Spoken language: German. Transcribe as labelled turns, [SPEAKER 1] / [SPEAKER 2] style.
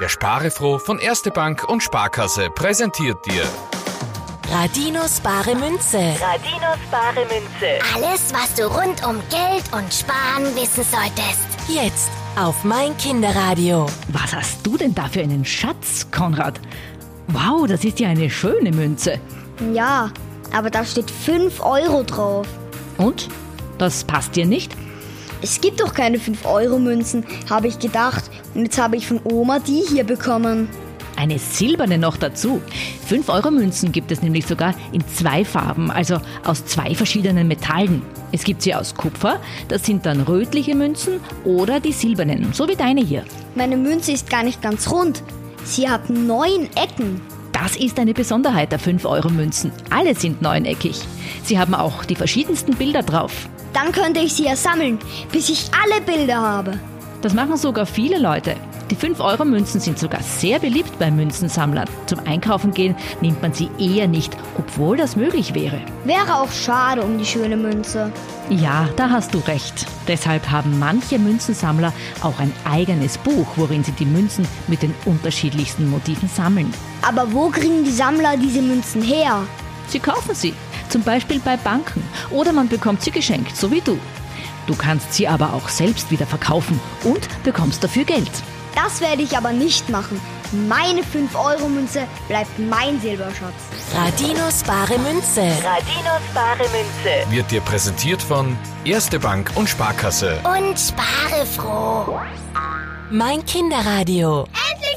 [SPEAKER 1] Der Sparefroh von Erste Bank und Sparkasse präsentiert dir
[SPEAKER 2] Radinos bare Münze.
[SPEAKER 3] Radinos bare Münze.
[SPEAKER 4] Alles, was du rund um Geld und Sparen wissen solltest.
[SPEAKER 2] Jetzt auf mein Kinderradio.
[SPEAKER 5] Was hast du denn da für einen Schatz, Konrad? Wow, das ist ja eine schöne Münze.
[SPEAKER 6] Ja, aber da steht 5 Euro drauf.
[SPEAKER 5] Und? Das passt dir nicht?
[SPEAKER 6] Es gibt doch keine 5-Euro-Münzen, habe ich gedacht. Und jetzt habe ich von Oma die hier bekommen.
[SPEAKER 5] Eine silberne noch dazu. 5-Euro-Münzen gibt es nämlich sogar in zwei Farben, also aus zwei verschiedenen Metallen. Es gibt sie aus Kupfer, das sind dann rötliche Münzen oder die silbernen, so wie deine hier.
[SPEAKER 6] Meine Münze ist gar nicht ganz rund. Sie hat neun Ecken.
[SPEAKER 5] Das ist eine Besonderheit der 5-Euro-Münzen. Alle sind neuneckig. Sie haben auch die verschiedensten Bilder drauf.
[SPEAKER 6] Dann könnte ich sie ja sammeln, bis ich alle Bilder habe.
[SPEAKER 5] Das machen sogar viele Leute. Die 5-Euro-Münzen sind sogar sehr beliebt bei Münzensammlern. Zum Einkaufen gehen nimmt man sie eher nicht, obwohl das möglich wäre.
[SPEAKER 6] Wäre auch schade um die schöne Münze.
[SPEAKER 5] Ja, da hast du recht. Deshalb haben manche Münzensammler auch ein eigenes Buch, worin sie die Münzen mit den unterschiedlichsten Motiven sammeln.
[SPEAKER 6] Aber wo kriegen die Sammler diese Münzen her?
[SPEAKER 5] Sie kaufen sie, zum Beispiel bei Banken, oder man bekommt sie geschenkt, so wie du. Du kannst sie aber auch selbst wieder verkaufen und bekommst dafür Geld.
[SPEAKER 6] Das werde ich aber nicht machen. Meine 5-Euro-Münze bleibt mein Silberschatz.
[SPEAKER 2] Radinos bare Münze.
[SPEAKER 3] Radinos bare Münze.
[SPEAKER 1] wird dir präsentiert von Erste Bank und Sparkasse.
[SPEAKER 4] Und sparefroh.
[SPEAKER 2] Mein Kinderradio.
[SPEAKER 4] Endlich!